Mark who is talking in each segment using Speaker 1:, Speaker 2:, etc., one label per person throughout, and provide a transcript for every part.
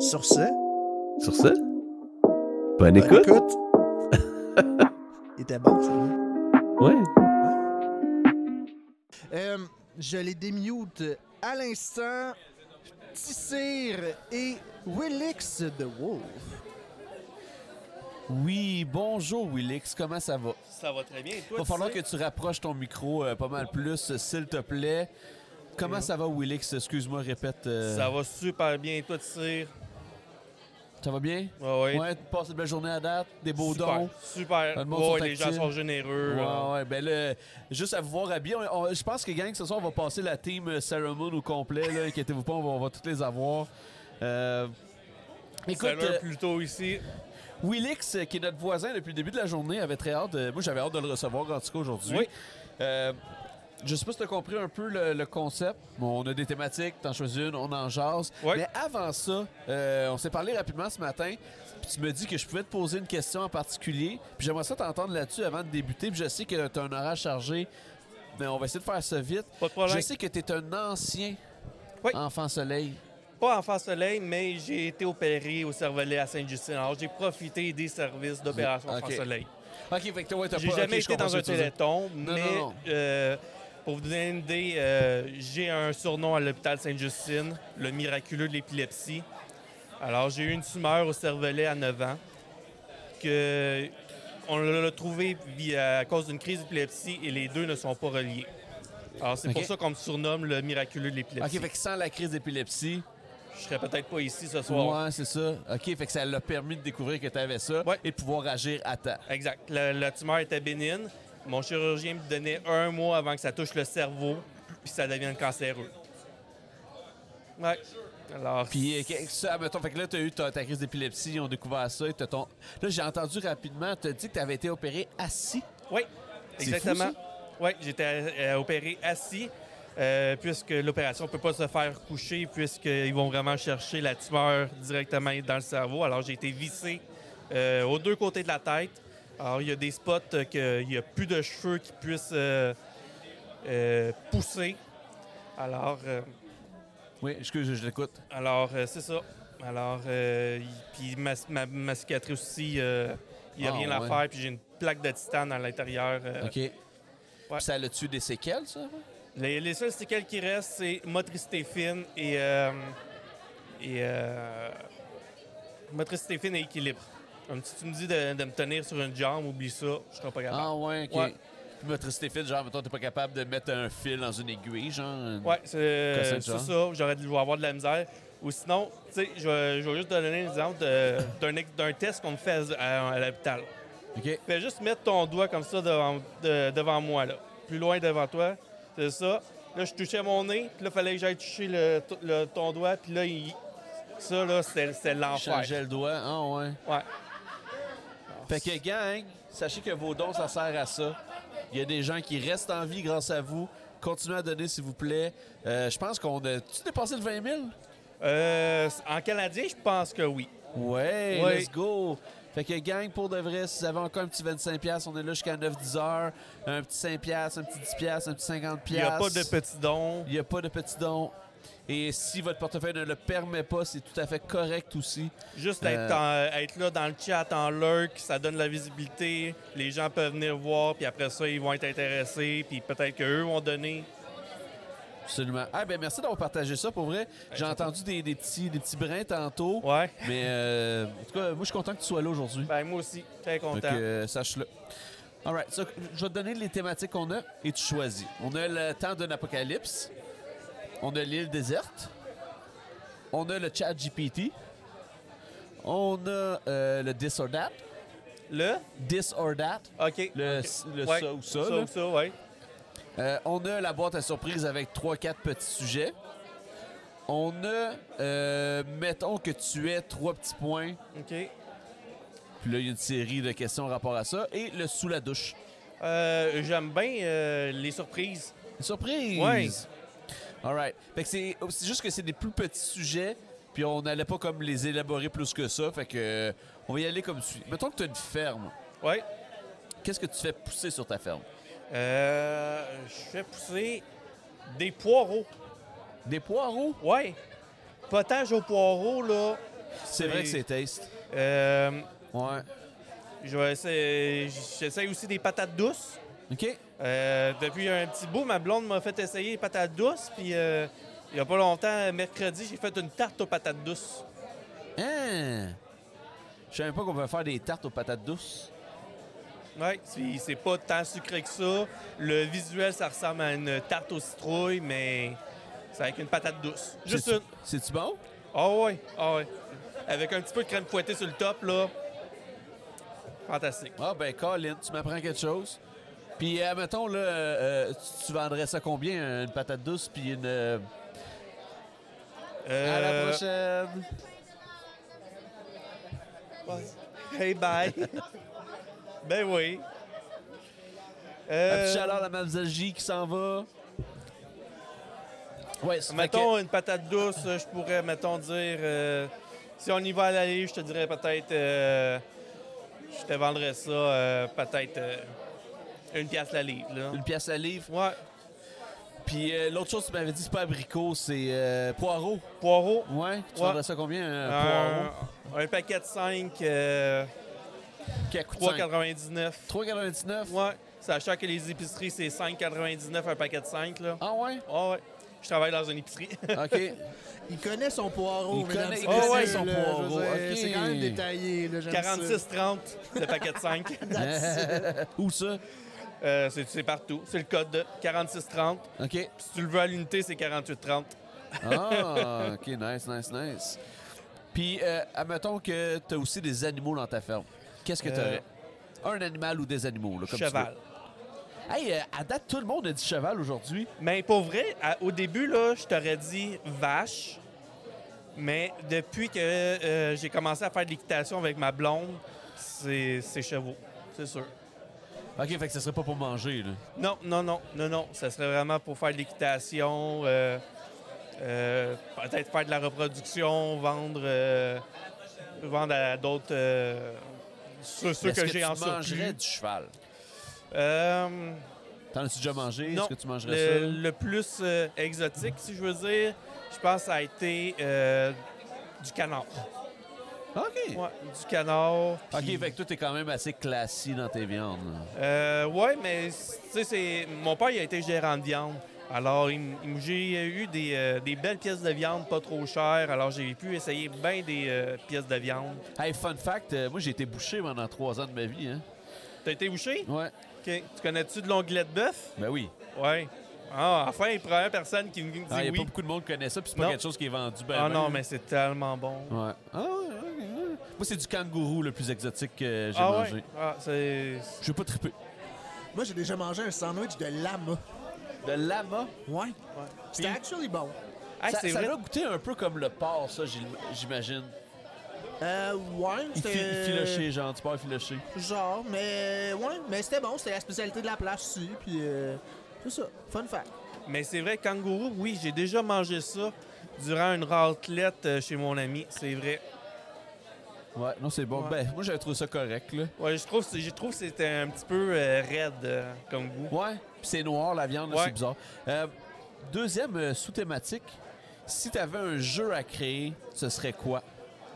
Speaker 1: Sur ce, ben,
Speaker 2: Sur ce, bonne écoute.
Speaker 1: Il était bon, hein. celui-là.
Speaker 2: Ouais.
Speaker 1: Euh, je les démute à l'instant. Tissir et Willix de Wolf.
Speaker 3: Oui, bonjour Willix, comment ça va?
Speaker 4: Ça va très bien. Et toi,
Speaker 3: Il va
Speaker 4: tu
Speaker 3: falloir que
Speaker 4: sais?
Speaker 3: tu rapproches ton micro euh, pas mal plus, euh, s'il te plaît. Comment ça va Willix? Excuse-moi, répète. euh,
Speaker 4: Ça va super bien. Et Toi, tu sais?
Speaker 3: ça va bien?
Speaker 4: Ouais, ouais.
Speaker 3: Ouais, tu passes une belle journée à date, des beaux
Speaker 4: super,
Speaker 3: dons.
Speaker 4: Super.
Speaker 3: Le monde
Speaker 4: Ouais,
Speaker 3: sont
Speaker 4: les gens
Speaker 3: actifs.
Speaker 4: sont généreux.
Speaker 3: Ouais,
Speaker 4: euh,
Speaker 3: ouais, ben là, juste à vous voir habillés, on- on- je pense que gang, ce soir, on va passer la team euh, Ceremony au complet, là, inquiétez-vous pas, on va, on va toutes les avoir. Euh, écoute,
Speaker 4: C'est l'heure
Speaker 3: euh,
Speaker 4: plus tôt ici.
Speaker 3: Willix, euh, qui est notre voisin depuis le début de la journée, avait très hâte. de- moi, j'avais hâte de le recevoir, en tout cas, aujourd'hui.
Speaker 4: Oui.
Speaker 3: Euh, je sais pas si tu as compris un peu le, le concept. Bon, on a des thématiques, t'en choisis une, on en jase.
Speaker 4: Oui.
Speaker 3: Mais avant ça, euh, on s'est parlé rapidement ce matin. puis tu me dis que je pouvais te poser une question en particulier. Puis j'aimerais ça t'entendre là-dessus avant de débuter. Puis je sais que tu as un horaire chargé, mais on va essayer de faire ça vite.
Speaker 4: Pas de problème.
Speaker 3: Je sais que tu es un ancien
Speaker 4: Oui.
Speaker 3: enfant soleil.
Speaker 4: Pas enfant soleil, mais j'ai été opéré au cervelet à Sainte-Justine. Alors, j'ai profité des services d'opération
Speaker 3: Ok.
Speaker 4: enfant soleil.
Speaker 3: Ok, fait que toi, ouais, t'as
Speaker 4: J'ai
Speaker 3: pas- ok,
Speaker 4: jamais
Speaker 3: je
Speaker 4: été
Speaker 3: comprends
Speaker 4: dans
Speaker 3: ce
Speaker 4: un
Speaker 3: que tu veux dire.
Speaker 4: téléthon,
Speaker 3: Non,
Speaker 4: mais
Speaker 3: non, non.
Speaker 4: euh, pour vous donner une idée, euh, j'ai un surnom à l'hôpital Sainte-Justine, le miraculeux de l'épilepsie. Alors, j'ai eu une tumeur au cervelet à 9 ans que on l'a trouvé via- à cause d'une crise d'épilepsie et les deux ne sont pas reliés. Alors, c'est pour
Speaker 3: Ok.
Speaker 4: ça qu'on me surnomme le miraculeux de l'épilepsie.
Speaker 3: Ok, fait que sans la crise d'épilepsie,
Speaker 4: Je serais peut-être pas ici ce soir.
Speaker 3: Ouais, c'est ça. OK, fait que ça l'a permis de découvrir que tu avais ça
Speaker 4: Ouais.
Speaker 3: et de pouvoir agir à temps.
Speaker 4: Exact. La, la tumeur était bénigne. Mon chirurgien me donnait un mois avant que ça touche le cerveau, puis ça devienne cancéreux. Ouais. Alors,
Speaker 3: Puis, euh, que- ça, mettons, fait que là, tu as eu ta, ta crise d'épilepsie, ils ont découvert ça. Et t'as ton... Là, j'ai entendu rapidement, tu as dit que tu avais été opéré assis.
Speaker 4: oui,
Speaker 3: C'est fou,
Speaker 4: exactement. Oui, j'étais euh, opéré assis, euh, puisque l'opération ne peut pas se faire coucher, puisqu'ils vont vraiment chercher la tumeur directement dans le cerveau. Alors, j'ai été vissé euh, aux deux côtés de la tête. Alors, il y a des spots euh, que il n'y a plus de cheveux qui puissent euh, euh, pousser. Alors, euh,
Speaker 3: Oui, excuse, je, je l'écoute.
Speaker 4: Alors, euh, c'est ça. Alors, euh, y- puis ma, ma, ma cicatrice aussi, euh, il n'y a
Speaker 3: Ah,
Speaker 4: rien à
Speaker 3: ouais.
Speaker 4: faire. Puis j'ai une plaque de titane à l'intérieur. euh.
Speaker 3: OK. Puis Ça l'a tué des séquelles, ça?
Speaker 4: Les, les seules séquelles qui restent, c'est motricité fine et. euh, et euh, motricité fine et équilibre. Comme si tu me dis de, de me tenir sur une jambe, oublie ça, je serai pas capable.
Speaker 3: Ah, ouais, OK.
Speaker 4: Ouais.
Speaker 3: Puis motricité fine, genre, mettons, t'es pas capable de mettre un fil dans une aiguille, genre.
Speaker 4: Ouais, c'est euh,
Speaker 3: Cassette,
Speaker 4: c'est
Speaker 3: genre.
Speaker 4: ça. J'aurais dû avoir de la misère. Ou sinon, tu sais, je vais je vais juste donner l'exemple de- d'un ex- d'un test qu'on me fait à- à l'hôpital.
Speaker 3: OK.
Speaker 4: Fais juste mettre ton doigt comme ça devant, de- devant moi, là. Plus loin devant toi. C'est ça. Là, je touchais mon nez, puis là, fallait que j'aille toucher le, le- ton doigt, puis là, il- ça, là, c'était c'était l'enfer.
Speaker 3: Changer le doigt. Ah, ouais.
Speaker 4: Ouais.
Speaker 3: Fait que, gang, sachez que vos dons, ça sert à ça. Il y a des gens qui restent en vie grâce à vous. Continuez à donner, s'il vous plaît. Euh, je pense qu'on a. Tu dépassé le 20 000?
Speaker 4: Euh, en canadien, je pense que oui.
Speaker 3: Ouais,
Speaker 4: Ouais.
Speaker 3: let's go! Fait que, gang, pour de vrai, si vous avez encore un petit 25$, on est là jusqu'à 9-10 heures. Un petit 5$, un petit 10$, un petit 50$.
Speaker 4: Il n'y a pas de petit don.
Speaker 3: Il n'y a pas de petit don. Et si votre portefeuille ne le permet pas, c'est tout à fait correct aussi.
Speaker 4: Juste être,
Speaker 3: Euh.
Speaker 4: en- être là dans le chat en lurk, ça donne la visibilité. Les gens peuvent venir voir, puis après ça, ils vont être intéressés, puis peut-être qu'eux vont donner.
Speaker 3: Absolument. Ah, ben merci d'avoir partagé ça, pour vrai. J'ai entendu des, des petits, des petits brins tantôt.
Speaker 4: Ben, Ouais.
Speaker 3: Mais euh, en tout cas, moi, je suis content que tu sois là aujourd'hui.
Speaker 4: Ben, moi aussi, très
Speaker 3: Donc,
Speaker 4: content.
Speaker 3: euh, sache-le. All right, so, je vais te donner les thématiques qu'on a et tu choisis. On a le temps d'un apocalypse. On a l'île déserte. On a le chat GPT. On a euh, le this or that.
Speaker 4: Là,
Speaker 3: This or that.
Speaker 4: OK.
Speaker 3: Le,
Speaker 4: OK.
Speaker 3: le
Speaker 4: Ouais,
Speaker 3: ça ou ça.
Speaker 4: Ça
Speaker 3: là.
Speaker 4: ou ça, ouais.
Speaker 3: Euh, on a la boîte à surprise avec 3-4 petits sujets. On a, euh, mettons que tu aies trois petits points.
Speaker 4: OK.
Speaker 3: Puis là, il y a une série de questions en rapport à ça. Et le sous la douche.
Speaker 4: Euh, J'aime bien euh, les surprises.
Speaker 3: Une surprise!
Speaker 4: Ouais.
Speaker 3: All right. Fait que c'est oh, c'est juste que c'est des plus petits sujets, puis on n'allait pas comme les élaborer plus que ça. Fait que euh, on va y aller comme suit. Mettons que tu as une ferme.
Speaker 4: Ouais.
Speaker 3: Qu'est-ce que tu fais pousser sur ta ferme?
Speaker 4: Euh, je fais pousser des poireaux.
Speaker 3: Des poireaux?
Speaker 4: Ouais. Potage aux poireaux, là,
Speaker 3: C'est vrai que c'est taste.
Speaker 4: Euh,
Speaker 3: Ouais.
Speaker 4: je vais essayer- J'essaie aussi des patates douces.
Speaker 3: OK?
Speaker 4: Euh, depuis un petit bout, ma blonde m'a fait essayer les patates douces. Puis euh, il n'y a pas longtemps, mercredi, j'ai fait une tarte aux patates douces.
Speaker 3: Hein? Je savais pas qu'on pouvait faire des tartes aux patates douces.
Speaker 4: Oui, c'est pas tant sucré que ça. Le visuel, ça ressemble à une tarte aux citrouilles, mais c'est avec une patate douce. Juste
Speaker 3: C'est-tu-
Speaker 4: une.
Speaker 3: C'est-tu bon?
Speaker 4: Ah ouais, ah ouais. Avec un petit peu de crème fouettée sur le top, là. Fantastique.
Speaker 3: Ah ben Colin, tu m'apprends quelque chose. Puis euh, mettons là, euh, tu, tu vendrais ça combien une patate douce puis une euh, à la
Speaker 4: Euh,
Speaker 3: prochaine.
Speaker 4: Hey, bye. ben oui.
Speaker 3: Un
Speaker 4: Euh,
Speaker 3: petit chaleur à Mademoiselle J qui s'en va. Ouais, c'est
Speaker 4: mettons euh, une patate douce, je pourrais, mettons, dire. euh, si on y va à l'aller, je te dirais peut-être. euh, je te vendrais ça, euh, peut-être. euh, une pièce la livre, là.
Speaker 3: une pièce à livre.
Speaker 4: Ouais.
Speaker 3: Puis euh, l'autre chose que tu m'avais dit c'est pas abricot, c'est euh, poireau.
Speaker 4: Poireau.
Speaker 3: Ouais, tu
Speaker 4: Ouais. Euh,
Speaker 3: vendrais ça combien un
Speaker 4: Un,
Speaker 3: poireau
Speaker 4: un paquet de 5, euh,
Speaker 3: qui a coûté
Speaker 4: 3,99.
Speaker 3: 3,99.
Speaker 4: Ouais, sachant que les épiceries, c'est 5,99 un paquet de 5, là.
Speaker 3: Ah ouais.
Speaker 4: Ah ouais. Je travaille dans une épicerie.
Speaker 3: OK.
Speaker 1: Il connaît son poireau.
Speaker 3: Il
Speaker 1: mesdames
Speaker 3: connaît-
Speaker 1: et
Speaker 3: il
Speaker 1: messieurs,
Speaker 4: connaît
Speaker 1: là,
Speaker 3: son
Speaker 1: je veux
Speaker 3: poireau,
Speaker 1: dire,
Speaker 3: ok.
Speaker 1: C'est quand même détaillé. là, j'aime ça.
Speaker 4: 46,30 le paquet de 5.
Speaker 3: Où ça
Speaker 4: Euh, c'est c'est partout. C'est le code de 46,30.
Speaker 3: OK.
Speaker 4: Puis Si tu le veux à l'unité, c'est 48,30.
Speaker 3: Ah, ok, nice, nice, nice. Puis, euh, admettons que tu as aussi des animaux dans ta ferme. Qu'est-ce que tu
Speaker 4: Euh,
Speaker 3: Un animal ou des animaux, là, comme tu
Speaker 4: Cheval.
Speaker 3: veux. Hey, euh, à date, tout le monde a dit cheval aujourd'hui.
Speaker 4: Mais pour vrai, à- au début, là, je t'aurais dit vache. Mais depuis que euh, j'ai commencé à faire de l'équitation avec ma blonde, c'est c'est chevaux, c'est sûr.
Speaker 3: Ok, fait que ce serait pas pour manger, là.
Speaker 4: Non, non, non, non, non. Ça serait vraiment pour faire de l'équitation, euh, euh, peut-être faire de la reproduction, vendre, euh, vendre à d'autres. euh, ceux ceux
Speaker 3: Est-ce
Speaker 4: que j'ai
Speaker 3: tu
Speaker 4: en
Speaker 3: mangerais
Speaker 4: surplus.
Speaker 3: du cheval.
Speaker 4: Euh,
Speaker 3: T'en as-tu déjà mangé?
Speaker 4: non,
Speaker 3: Est-ce que tu mangerais
Speaker 4: le, le plus euh, exotique, si je veux dire, je pense, ça a été euh, du canard.
Speaker 3: ça? Ok.
Speaker 4: Ouais, du canard. puis-
Speaker 3: Ok, fait que toi, t'es quand même assez classique dans tes viandes. là.
Speaker 4: Euh, ouais, mais tu sais, c'est mon père il a été gérant de viande. Alors, il m- il m- j'ai eu des, euh, des belles pièces de viande pas trop chères. Alors, j'ai pu essayer bien des euh, pièces de viande.
Speaker 3: Hey, fun fact, euh, moi, j'ai été bouché pendant trois ans de ma vie, hein.
Speaker 4: T'as été bouché?
Speaker 3: Ouais.
Speaker 4: OK. Tu connais-tu de l'onglet de bœuf?
Speaker 3: Ben oui.
Speaker 4: Ouais. Ah, enfin, première personne qui me dit
Speaker 3: Ah, Il y a
Speaker 4: oui.
Speaker 3: pas beaucoup de monde qui connaît ça, puis c'est pas
Speaker 4: Non.
Speaker 3: quelque chose qui est vendu ben
Speaker 4: Ah
Speaker 3: ben,
Speaker 4: non,
Speaker 3: là.
Speaker 4: mais c'est tellement bon.
Speaker 3: Ouais. Ah, ouais, ouais, ouais. Moi, c'est du kangourou le plus exotique que j'ai
Speaker 4: ah
Speaker 3: mangé.
Speaker 4: ouais? Ah, c'est...
Speaker 3: Je vais pas trippé.
Speaker 1: Moi, j'ai déjà mangé un sandwich de lama.
Speaker 3: Le lama,
Speaker 1: Ouais. C'était
Speaker 4: Puis-
Speaker 1: actually bon.
Speaker 4: Ah,
Speaker 3: ça,
Speaker 4: c'est
Speaker 3: ça
Speaker 4: vrai.
Speaker 3: doit goûter un peu comme le porc, ça, j'im- j'imagine.
Speaker 1: Euh, ouais.
Speaker 3: Il, fi-
Speaker 1: c'était-
Speaker 3: il filoché, genre, du porc filoché.
Speaker 1: Genre, mais ouais, mais c'était bon, c'était la spécialité de la place aussi, puis euh, c'est ça, fun fact.
Speaker 4: Mais c'est vrai, kangourou, oui, j'ai déjà mangé ça durant une raclette euh, chez mon ami. C'est vrai.
Speaker 3: Ouais, non, c'est bon.
Speaker 4: Ouais.
Speaker 3: Ben, moi, j'avais trouvé ça correct, là.
Speaker 4: Ouais, je trouve, je trouve que c'était un petit peu euh, raide euh, comme goût.
Speaker 3: Ouais, puis c'est noir, la viande, là,
Speaker 4: Ouais.
Speaker 3: c'est bizarre. Euh, deuxième euh, sous-thématique, si t'avais un jeu à créer, ce serait quoi?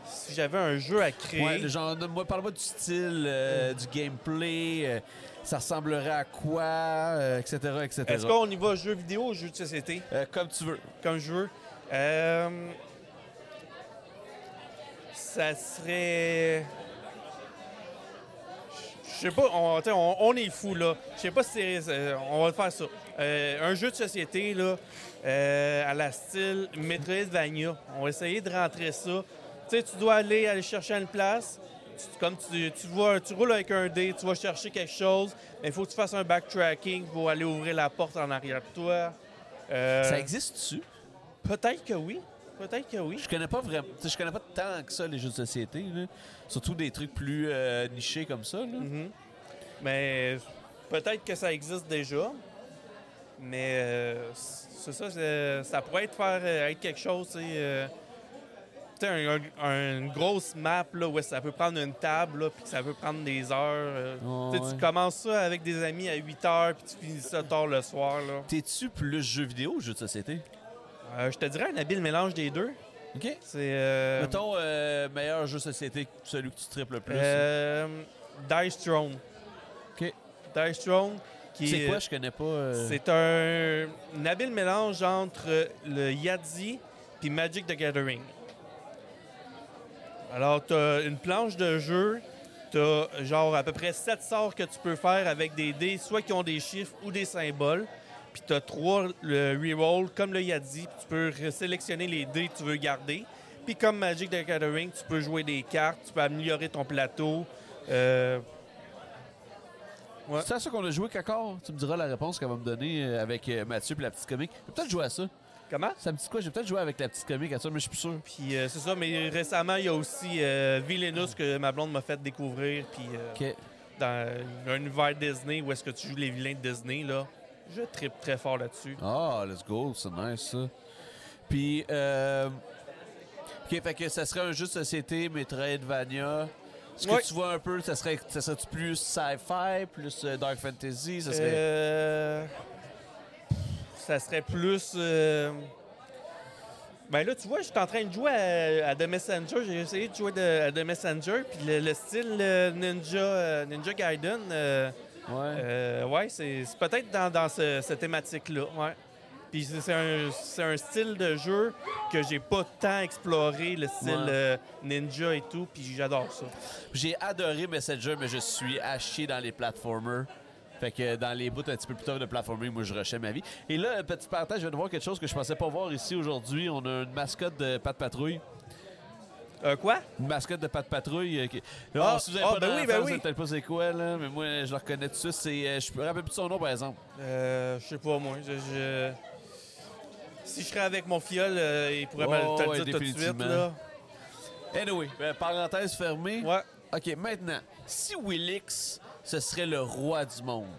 Speaker 4: Si j'avais un jeu à créer,
Speaker 3: Ouais, le genre, donne-moi- parle-moi du style, euh, du gameplay, euh, ça ressemblerait à quoi, euh, etc., etc.
Speaker 4: est-ce qu'on y va jeu vidéo ou jeu de société
Speaker 3: Euh, comme tu veux.
Speaker 4: comme je veux Euh, Ça serait. Je sais pas, on, t'sais, on- on est fou là. Je sais pas si c'est. euh, on va faire ça. Euh, un jeu de société là, euh, à la style Metroidvania. On va essayer de rentrer ça. Tu sais, tu dois aller, aller chercher une place. Tu- comme tu, tu vois, tu roules avec un dé, tu vas chercher quelque chose, mais il faut que tu fasses un backtracking pour aller ouvrir la porte en arrière de toi. Euh,
Speaker 3: Ça existe-tu?
Speaker 4: Peut-être que oui. Peut-être que oui.
Speaker 3: Je connais pas vraiment. tu sais, Je connais pas tant que ça les jeux de société. là. Surtout des trucs plus euh, nichés comme ça. là.
Speaker 4: Mhm. Mais peut-être que ça existe déjà. Mais euh, c'est ça, c'est- ça pourrait être faire euh, être quelque chose, tu sais, euh, tu sais, un- un- une grosse map là, où ça peut prendre une table, là, puis que ça peut prendre des heures. euh.
Speaker 3: Ouais,
Speaker 4: Tu sais,
Speaker 3: Ah, ouais.
Speaker 4: Tu commences ça avec des amis à 8 heures, puis tu finis ça tard le soir. là.
Speaker 3: T'es-tu plus jeu vidéo ou jeu de société?
Speaker 4: Euh, je te dirais un habile mélange des deux.
Speaker 3: OK?
Speaker 4: C'est. euh,
Speaker 3: Mettons, euh, meilleur jeu de société, celui que tu triples le plus.
Speaker 4: euh, Dice Throne.
Speaker 3: OK.
Speaker 4: Dice Throne, qui
Speaker 3: c'est
Speaker 4: est-
Speaker 3: quoi? Je connais pas. euh,
Speaker 4: C'est un, un habile mélange entre le Yahtzee puis Magic the Gathering. Alors, tu as une planche de jeu, tu as genre à peu près 7 sorts que tu peux faire avec des dés, soit qui ont des chiffres ou des symboles. Puis tu as 3 le reroll comme le Yahtzee, puis tu peux sélectionner les dés que tu veux garder. Puis comme Magic the Gathering, tu peux jouer des cartes, tu peux améliorer ton plateau. Euh, ouais.
Speaker 3: C'est à ça qu'on a joué qu'accord. Tu me diras la réponse qu'elle va me donner euh, avec euh, Mathieu puis la petite comique. J'ai peut-être joué à ça.
Speaker 4: comment?
Speaker 3: Ça me dit quoi? J'ai peut-être joué avec la petite comique à ça, mais je suis plus sûr.
Speaker 4: Puis euh, c'est ça, mais récemment, il y a aussi euh, Villainous que ma blonde m'a fait découvrir. Puis euh,
Speaker 3: OK.
Speaker 4: dans euh, un univers Disney où est-ce que tu joues les vilains de Disney, là, je tripe très fort là-dessus.
Speaker 3: Ah, let's go. C'est nice, ça. Puis, euh... OK, fait que ça serait un jeu de société, mais Metroidvania. Ce que
Speaker 4: Ouais.
Speaker 3: tu vois un peu, ça serait, ça serait plus sci-fi, plus euh, dark fantasy, ça serait...
Speaker 4: Euh, ça serait plus. euh, Ben là, tu vois, je suis en train de jouer à, à The Messenger. J'ai essayé de jouer de- à The Messenger. Puis le, le style euh, Ninja, euh, Ninja Gaiden, euh,
Speaker 3: Ouais.
Speaker 4: Euh, ouais, c'est c'est peut-être dans, dans ce- cette thématique-là. Ouais. Puis c'est c'est un, c'est un style de jeu que j'ai pas tant exploré, le style
Speaker 3: Ouais.
Speaker 4: euh, ninja et tout, puis j'adore ça.
Speaker 3: J'ai adoré Messenger, mais je suis à chier dans les platformers. Fait que dans les bouts un petit peu plus tard de platforming, moi je rushais ma vie. Et là, petit partage, je viens de voir quelque chose que je pensais pas voir ici aujourd'hui. On a une mascotte de Pat Patrouille.
Speaker 4: Euh, quoi?
Speaker 3: Une mascotte de Pat Patrouille. euh, qui-
Speaker 4: Ah,
Speaker 3: Ah, si vous avez
Speaker 4: ah,
Speaker 3: pas
Speaker 4: ben
Speaker 3: d'enfant,
Speaker 4: oui, ben
Speaker 3: vous
Speaker 4: oui.
Speaker 3: savez peut-être pas c'est quoi, là. Mais moi, je le reconnais tout de suite. C'est, euh, je me rappelle plus de son nom, par exemple.
Speaker 4: Euh, je sais pas, moi. Je, je- Si je serais avec mon fiole, euh, il pourrait me
Speaker 3: Oh,
Speaker 4: le- te
Speaker 3: ouais,
Speaker 4: le dire tout de suite.
Speaker 3: définitivement.
Speaker 4: Là.
Speaker 3: Anyway, euh, parenthèse fermée.
Speaker 4: Ouais.
Speaker 3: OK, maintenant, si Willix, ce serait le roi du monde,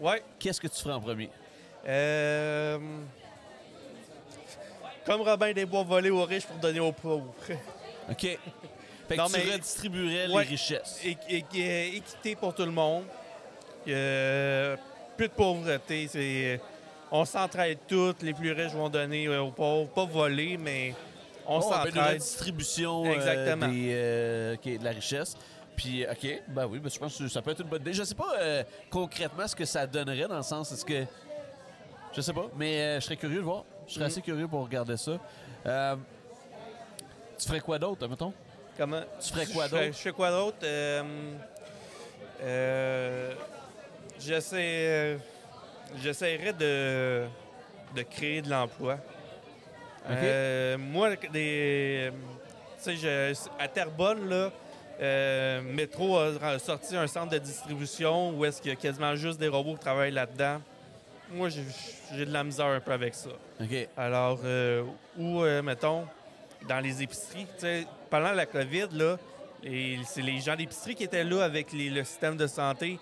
Speaker 4: Ouais.
Speaker 3: qu'est-ce que tu ferais en premier?
Speaker 4: Euh, Comme Robin des Bois volé aux riches pour donner aux pauvres.
Speaker 3: OK. Fait que
Speaker 4: Non,
Speaker 3: tu
Speaker 4: mais-
Speaker 3: redistribuerais
Speaker 4: Ouais.
Speaker 3: les richesses.
Speaker 4: É- é- é- euh, équité pour tout le monde. Euh, plus de pauvreté. c'est- euh, On s'entraide tous. Les plus riches vont donner euh, aux pauvres. Pas voler, mais on
Speaker 3: Oh, ben, une
Speaker 4: s'entraide.
Speaker 3: redistribution euh,
Speaker 4: Exactement.
Speaker 3: des, euh, ok, de la richesse. Puis, OK, ben oui, ben, je pense que ça peut être une bonne idée. Je sais pas euh, concrètement ce que ça donnerait dans le sens, est-ce que. Je sais pas, mais euh, je serais curieux de voir. Je serais
Speaker 4: Mhm.
Speaker 3: assez curieux pour regarder ça. Euh, tu ferais quoi d'autre, mettons?
Speaker 4: Comment?
Speaker 3: Tu ferais quoi
Speaker 4: Je ferais-
Speaker 3: d'autre?
Speaker 4: Je ferais quoi d'autre? Euh, euh, j'essaie- euh, J'essaierais de, de créer de l'emploi. Euh, moi, des, tu sais, je- à Terrebonne, là, euh, Métro a ra- sorti un centre de distribution où est-ce qu'il y a quasiment juste des robots qui travaillent là-dedans. Moi, j'ai- j'ai de la misère un peu avec ça.
Speaker 3: OK.
Speaker 4: Alors, euh, ou, euh, mettons, dans les épiceries, tu sais, pendant la COVID, là, et c'est les gens d'épicerie qui étaient là avec les- le système de santé.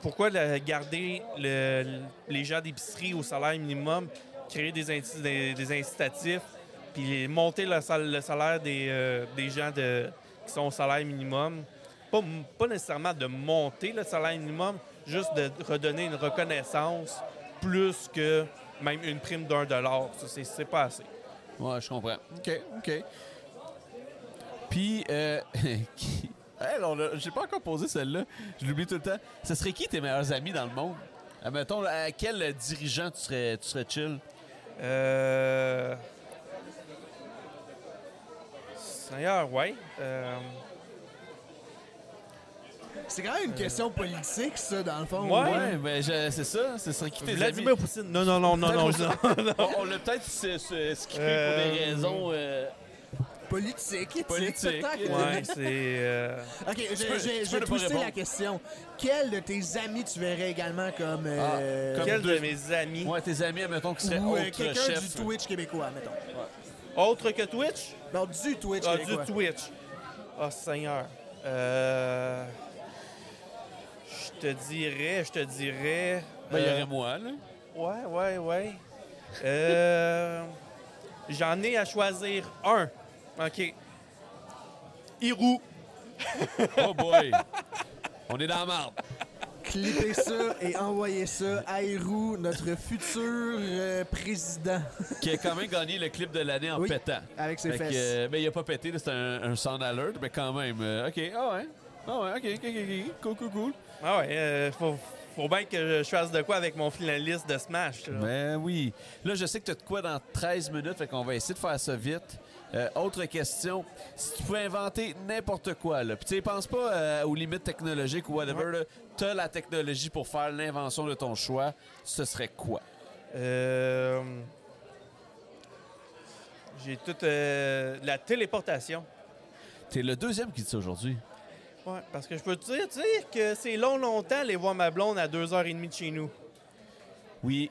Speaker 4: Pourquoi la- garder le- le- les gens d'épicerie au salaire minimum, créer des, inti- des- des incitatifs, puis les- monter le, sal- le salaire des, euh, des gens de- qui sont au salaire minimum? Pas, m- pas nécessairement de monter le salaire minimum, juste de redonner une reconnaissance plus que même une prime d'un dollar. Ça, c'est- c'est pas assez.
Speaker 3: Ouais, je comprends. OK, OK. Puis, euh, qui- Hey, on l'a- j'ai pas encore posé celle-là. Je l'oublie tout le temps. Ce serait qui tes meilleurs amis dans le monde? Admettons, à quel dirigeant tu serais, tu serais chill?
Speaker 4: Euh... Seigneur, ouais. Euh,
Speaker 1: C'est quand même une question politique, ça, dans le fond.
Speaker 4: Ouais.
Speaker 3: Ouais, mais je- c'est ça. Ce serait qui tes
Speaker 4: Vladimir
Speaker 3: amis?
Speaker 4: Poutine. Non, non, non, non, non. non.
Speaker 3: On, on l'a peut-être s- s- skippé
Speaker 4: Euh,
Speaker 3: pour des raisons... euh,
Speaker 1: Politique, éthique,
Speaker 3: Politique,
Speaker 1: peut-être.
Speaker 4: ouais, c'est. euh,
Speaker 1: Ok, je,
Speaker 3: peux-
Speaker 1: je- je
Speaker 3: tu
Speaker 1: vais
Speaker 3: peux ne pas
Speaker 1: twister
Speaker 3: répondre.
Speaker 1: la question. Quel de tes amis tu verrais également comme. euh,
Speaker 3: comme-
Speaker 4: Quel de mes amis,
Speaker 3: Ouais, tes amis, admettons, qui seraient
Speaker 1: ou euh,
Speaker 3: Ah, autre
Speaker 1: quelqu'un du
Speaker 3: chef.
Speaker 1: Twitch québécois, mettons.
Speaker 4: autre que Twitch
Speaker 1: Non, du Twitch
Speaker 4: Ah, du
Speaker 1: québécois.
Speaker 4: Twitch. Oh, Seigneur. Euh, Je te dirais, je te dirais.
Speaker 3: Ben, il y
Speaker 4: euh,
Speaker 3: aurait moi, là.
Speaker 4: Ouais, ouais, ouais. Euh, J'en ai à choisir un. OK. Hirou.
Speaker 3: Oh boy! on est dans la marde.
Speaker 1: Clipez ça et envoyez ça à Hérou, notre futur euh, président,
Speaker 3: qui a quand même gagné le clip de l'année en
Speaker 1: Oui.
Speaker 3: pétant.
Speaker 1: avec ses
Speaker 3: Fait que,
Speaker 1: fesses.
Speaker 3: euh, mais il a pas pété, là, c'est un, un sound alert, mais quand même. euh, OK, ah ouais. Ah ouais, OK, OK, OK, OK, cool, cool, cool.
Speaker 4: Ah ouais, euh, faut, faut bien que je fasse de quoi avec mon finaliste de Smash. là.
Speaker 3: Ben oui. Là, je sais que tu as de quoi dans 13 minutes, fait qu'on va essayer de faire ça vite. Euh, autre question, si tu pouvais inventer n'importe quoi, là, puis tu sais, pense pas euh, aux limites technologiques ou whatever, là, t'as la technologie pour faire l'invention de ton choix, ce serait quoi?
Speaker 4: Euh, J'ai toute euh, la téléportation.
Speaker 3: T'es le deuxième qui dit ça aujourd'hui.
Speaker 4: Ouais, parce que je peux te dire, tu sais, que c'est long, longtemps aller voir ma blonde à 2h30 de chez nous.
Speaker 3: Oui,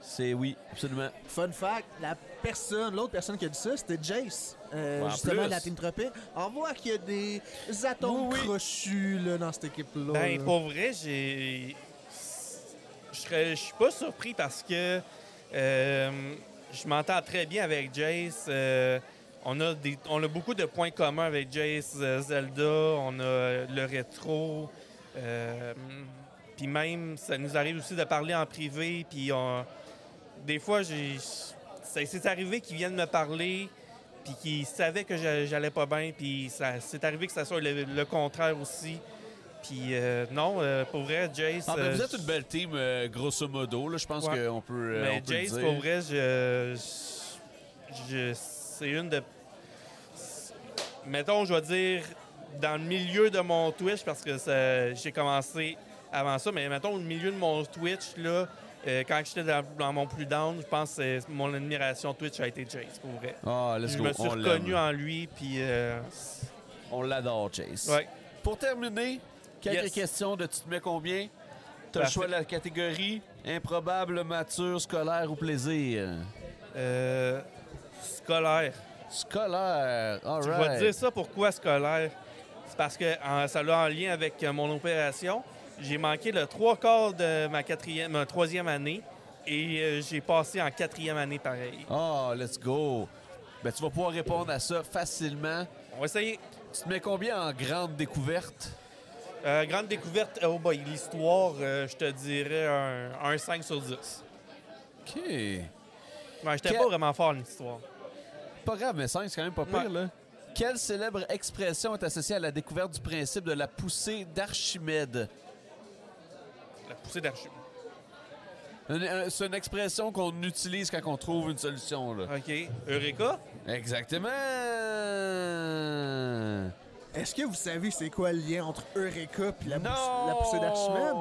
Speaker 3: c'est oui, absolument.
Speaker 1: Fun fact, la personne, l'autre personne qui a dit ça, c'était Jace, euh,
Speaker 3: En
Speaker 1: justement
Speaker 3: plus.
Speaker 1: de la Team Tropic. On voit qu'il y a des atomes
Speaker 3: Oui, oui.
Speaker 1: crochus là, dans cette équipe-là.
Speaker 4: Ben,
Speaker 1: là.
Speaker 4: pour vrai, j'ai. Je serais- je suis pas surpris parce que euh, je m'entends très bien avec Jace. Euh, on, a des, on a beaucoup de points communs avec Jace, euh, Zelda, on a le rétro. euh, puis même, ça nous arrive aussi de parler en privé. Puis on- des fois, j'ai- c'est c'est arrivé qu'ils viennent me parler puis qu'ils savaient que j'a- j'allais pas bien. Puis ça- c'est arrivé que ça soit le, le contraire aussi. Puis euh, non, euh, pour vrai, Jace...
Speaker 3: Ah, ben,
Speaker 4: euh,
Speaker 3: vous êtes une belle team, euh, grosso modo. Là, je pense
Speaker 4: Ouais.
Speaker 3: qu'on peut, euh, on
Speaker 4: Mais
Speaker 3: peut le
Speaker 4: Jace,
Speaker 3: dire.
Speaker 4: pour vrai, je, je- je- c'est une de. Mettons, je vais dire dans le milieu de mon Twitch, parce que ça- j'ai commencé avant ça, mais mettons, au milieu de mon Twitch, là, euh, quand j'étais dans, dans mon plus down, je pense que c'est- mon admiration Twitch a été Jace, pour vrai.
Speaker 3: Ah, let's
Speaker 4: je
Speaker 3: go.
Speaker 4: me suis
Speaker 3: on
Speaker 4: reconnu
Speaker 3: l'aime.
Speaker 4: en lui, puis. euh,
Speaker 3: On l'adore, Chase.
Speaker 4: ouais.
Speaker 3: Pour terminer, quelques
Speaker 4: Yes.
Speaker 3: questions de tu te mets combien? T'as le
Speaker 4: Parfait.
Speaker 3: choix de la catégorie improbable, mature, scolaire ou plaisir.
Speaker 4: Euh, scolaire.
Speaker 3: Scolaire, all
Speaker 4: Je
Speaker 3: right.
Speaker 4: vais te dire ça pourquoi scolaire. C'est parce que en- ça l'a en lien avec euh, mon opération. J'ai manqué le trois quarts de ma quatrième, ma troisième année et euh, j'ai passé en quatrième année pareil.
Speaker 3: Oh, let's go. Ben, tu vas pouvoir répondre à ça facilement.
Speaker 4: On va essayer.
Speaker 3: Tu te mets combien en grande découverte?
Speaker 4: Euh, grande découverte, oh boy, l'histoire, euh, je te dirais un, un 5 sur 10.
Speaker 3: OK.
Speaker 4: Ouais, J'étais
Speaker 3: Que-
Speaker 4: pas vraiment fort en histoire.
Speaker 3: Pas grave, mais 5, c'est quand même pas pire,
Speaker 4: Ouais.
Speaker 3: là. Quelle célèbre expression est associée à la découverte du principe de la poussée d'Archimède?
Speaker 4: La poussée d'archives.
Speaker 3: Un- un- C'est une expression qu'on utilise quand on trouve une solution, là.
Speaker 4: OK. Eureka?
Speaker 3: Exactement.
Speaker 1: Est-ce que vous savez c'est quoi le lien entre Eureka et la, pousse- la poussée d'Archimède?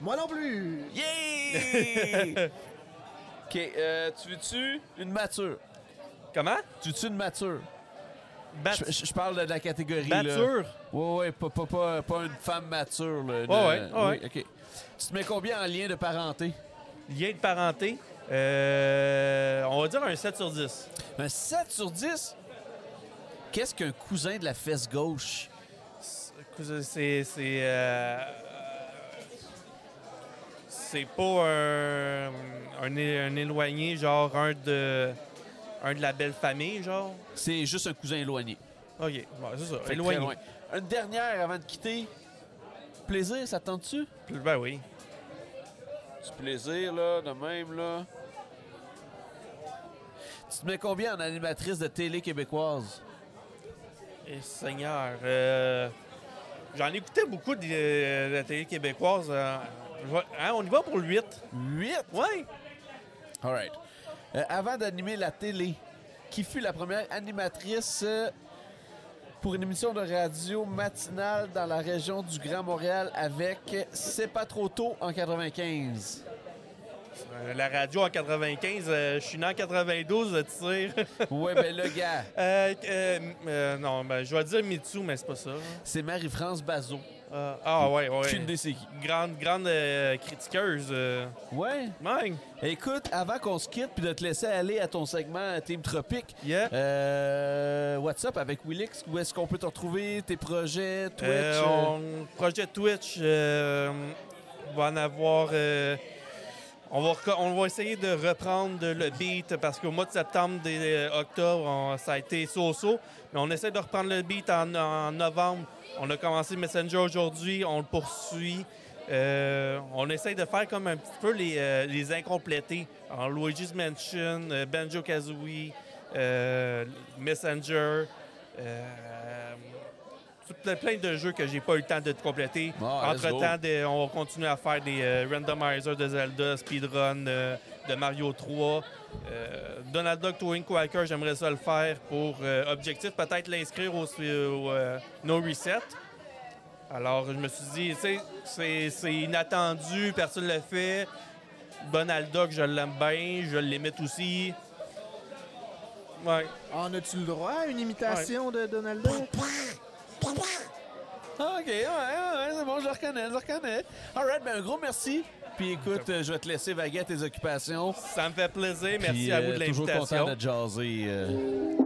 Speaker 1: Moi non plus!
Speaker 3: Yeah! OK, euh, tu veux-tu une mature?
Speaker 4: Comment?
Speaker 3: Tu veux-tu une mature?
Speaker 4: Bat-
Speaker 3: Je, je- je parle de la catégorie, là.
Speaker 4: Mature?
Speaker 3: Ouais, ouais, pas, pas, pas, pas une femme mature, là. Une,
Speaker 4: Ouais, ouais,
Speaker 3: euh,
Speaker 4: ouais.
Speaker 3: oui, OK. Tu te mets combien en lien de parenté?
Speaker 4: Lien de parenté? Euh, on va dire un 7 sur 10.
Speaker 3: Un 7 sur 10? Qu'est-ce qu'un cousin de la fesse gauche?
Speaker 4: Écoute, C'est. C'est. euh, c'est pas un, un, é- un éloigné, genre un de. Un de la belle famille, genre.
Speaker 3: C'est juste un cousin éloigné.
Speaker 4: Ok, bon, c'est ça.
Speaker 3: Fait que
Speaker 4: éloigné.
Speaker 3: très loin. Une dernière avant de quitter. Plaisir, ça te tente-tu?
Speaker 4: Ben oui.
Speaker 3: Du plaisir, là, de même, là. Tu te mets combien en animatrice de télé québécoise?
Speaker 4: Et Seigneur. euh, J'en écoutais beaucoup de, de la télé québécoise. euh, je vois- hein, on y va pour le 8.
Speaker 3: 8!
Speaker 4: Ouais!
Speaker 3: All right. Euh, avant d'animer la télé, qui fut la première animatrice euh, pour une émission de radio matinale dans la région du Grand Montréal avec C'est pas trop tôt en 95?
Speaker 4: Euh, la radio en 95, euh, je suis né en 92, tu sais.
Speaker 3: Ouais, ben le gars,
Speaker 4: Euh, euh, euh, non, ben, je vais dire Mitsu, mais c'est pas ça.
Speaker 3: c'est Marie-France Bazot.
Speaker 4: Euh, ah ouais, ouais.
Speaker 3: Aucune idée c'est qui.
Speaker 4: Grande, grande euh, critiqueuse. euh.
Speaker 3: Ouais.
Speaker 4: Man,
Speaker 3: Écoute, avant qu'on se quitte puis de te laisser aller à ton segment Team Tropic,
Speaker 4: yeah.
Speaker 3: euh, what's up avec Willix? Où est-ce qu'on peut te retrouver, tes projets, Twitch?
Speaker 4: Euh, on- projet Twitch, euh, va en avoir. euh, on, va reco- on va essayer de reprendre de- le beat parce qu'au mois de septembre, des, euh, octobre, on- ça a été so-so. Mais on essaie de reprendre le beat en, en novembre. On a commencé Messenger aujourd'hui, on le poursuit. Euh, on essaye de faire comme un petit peu les, euh, les incomplétés. En Luigi's Mansion, euh, Banjo Kazooie, euh, Messenger, euh, tout le- plein de jeux que j'ai pas eu le temps de compléter.
Speaker 3: Ah, let's
Speaker 4: Entre-temps, des- on va continuer à faire des euh, randomizers de Zelda, speedrun euh, de Mario 3. Euh, Donald Duck Towing Quaker, j'aimerais ça le faire pour euh, objectif, peut-être l'inscrire au, au, euh, No Reset. Alors, je me suis dit, tu sais, c'est- c'est inattendu, personne ne le fait. Donald Duck, je l'aime bien, je l'imite aussi. Ouais.
Speaker 1: En as-tu le droit à une imitation de Donald Duck?
Speaker 3: Ah, OK, ouais, ouais, ouais, c'est bon, je le reconnais, je le reconnais. All right, ben un gros merci. Puis écoute, euh, je vais te laisser vaguer à tes occupations.
Speaker 4: Ça me fait plaisir. Merci
Speaker 3: Puis,
Speaker 4: à vous
Speaker 3: euh,
Speaker 4: de
Speaker 3: Toujours content
Speaker 4: l'invitation.
Speaker 3: de jaser. euh,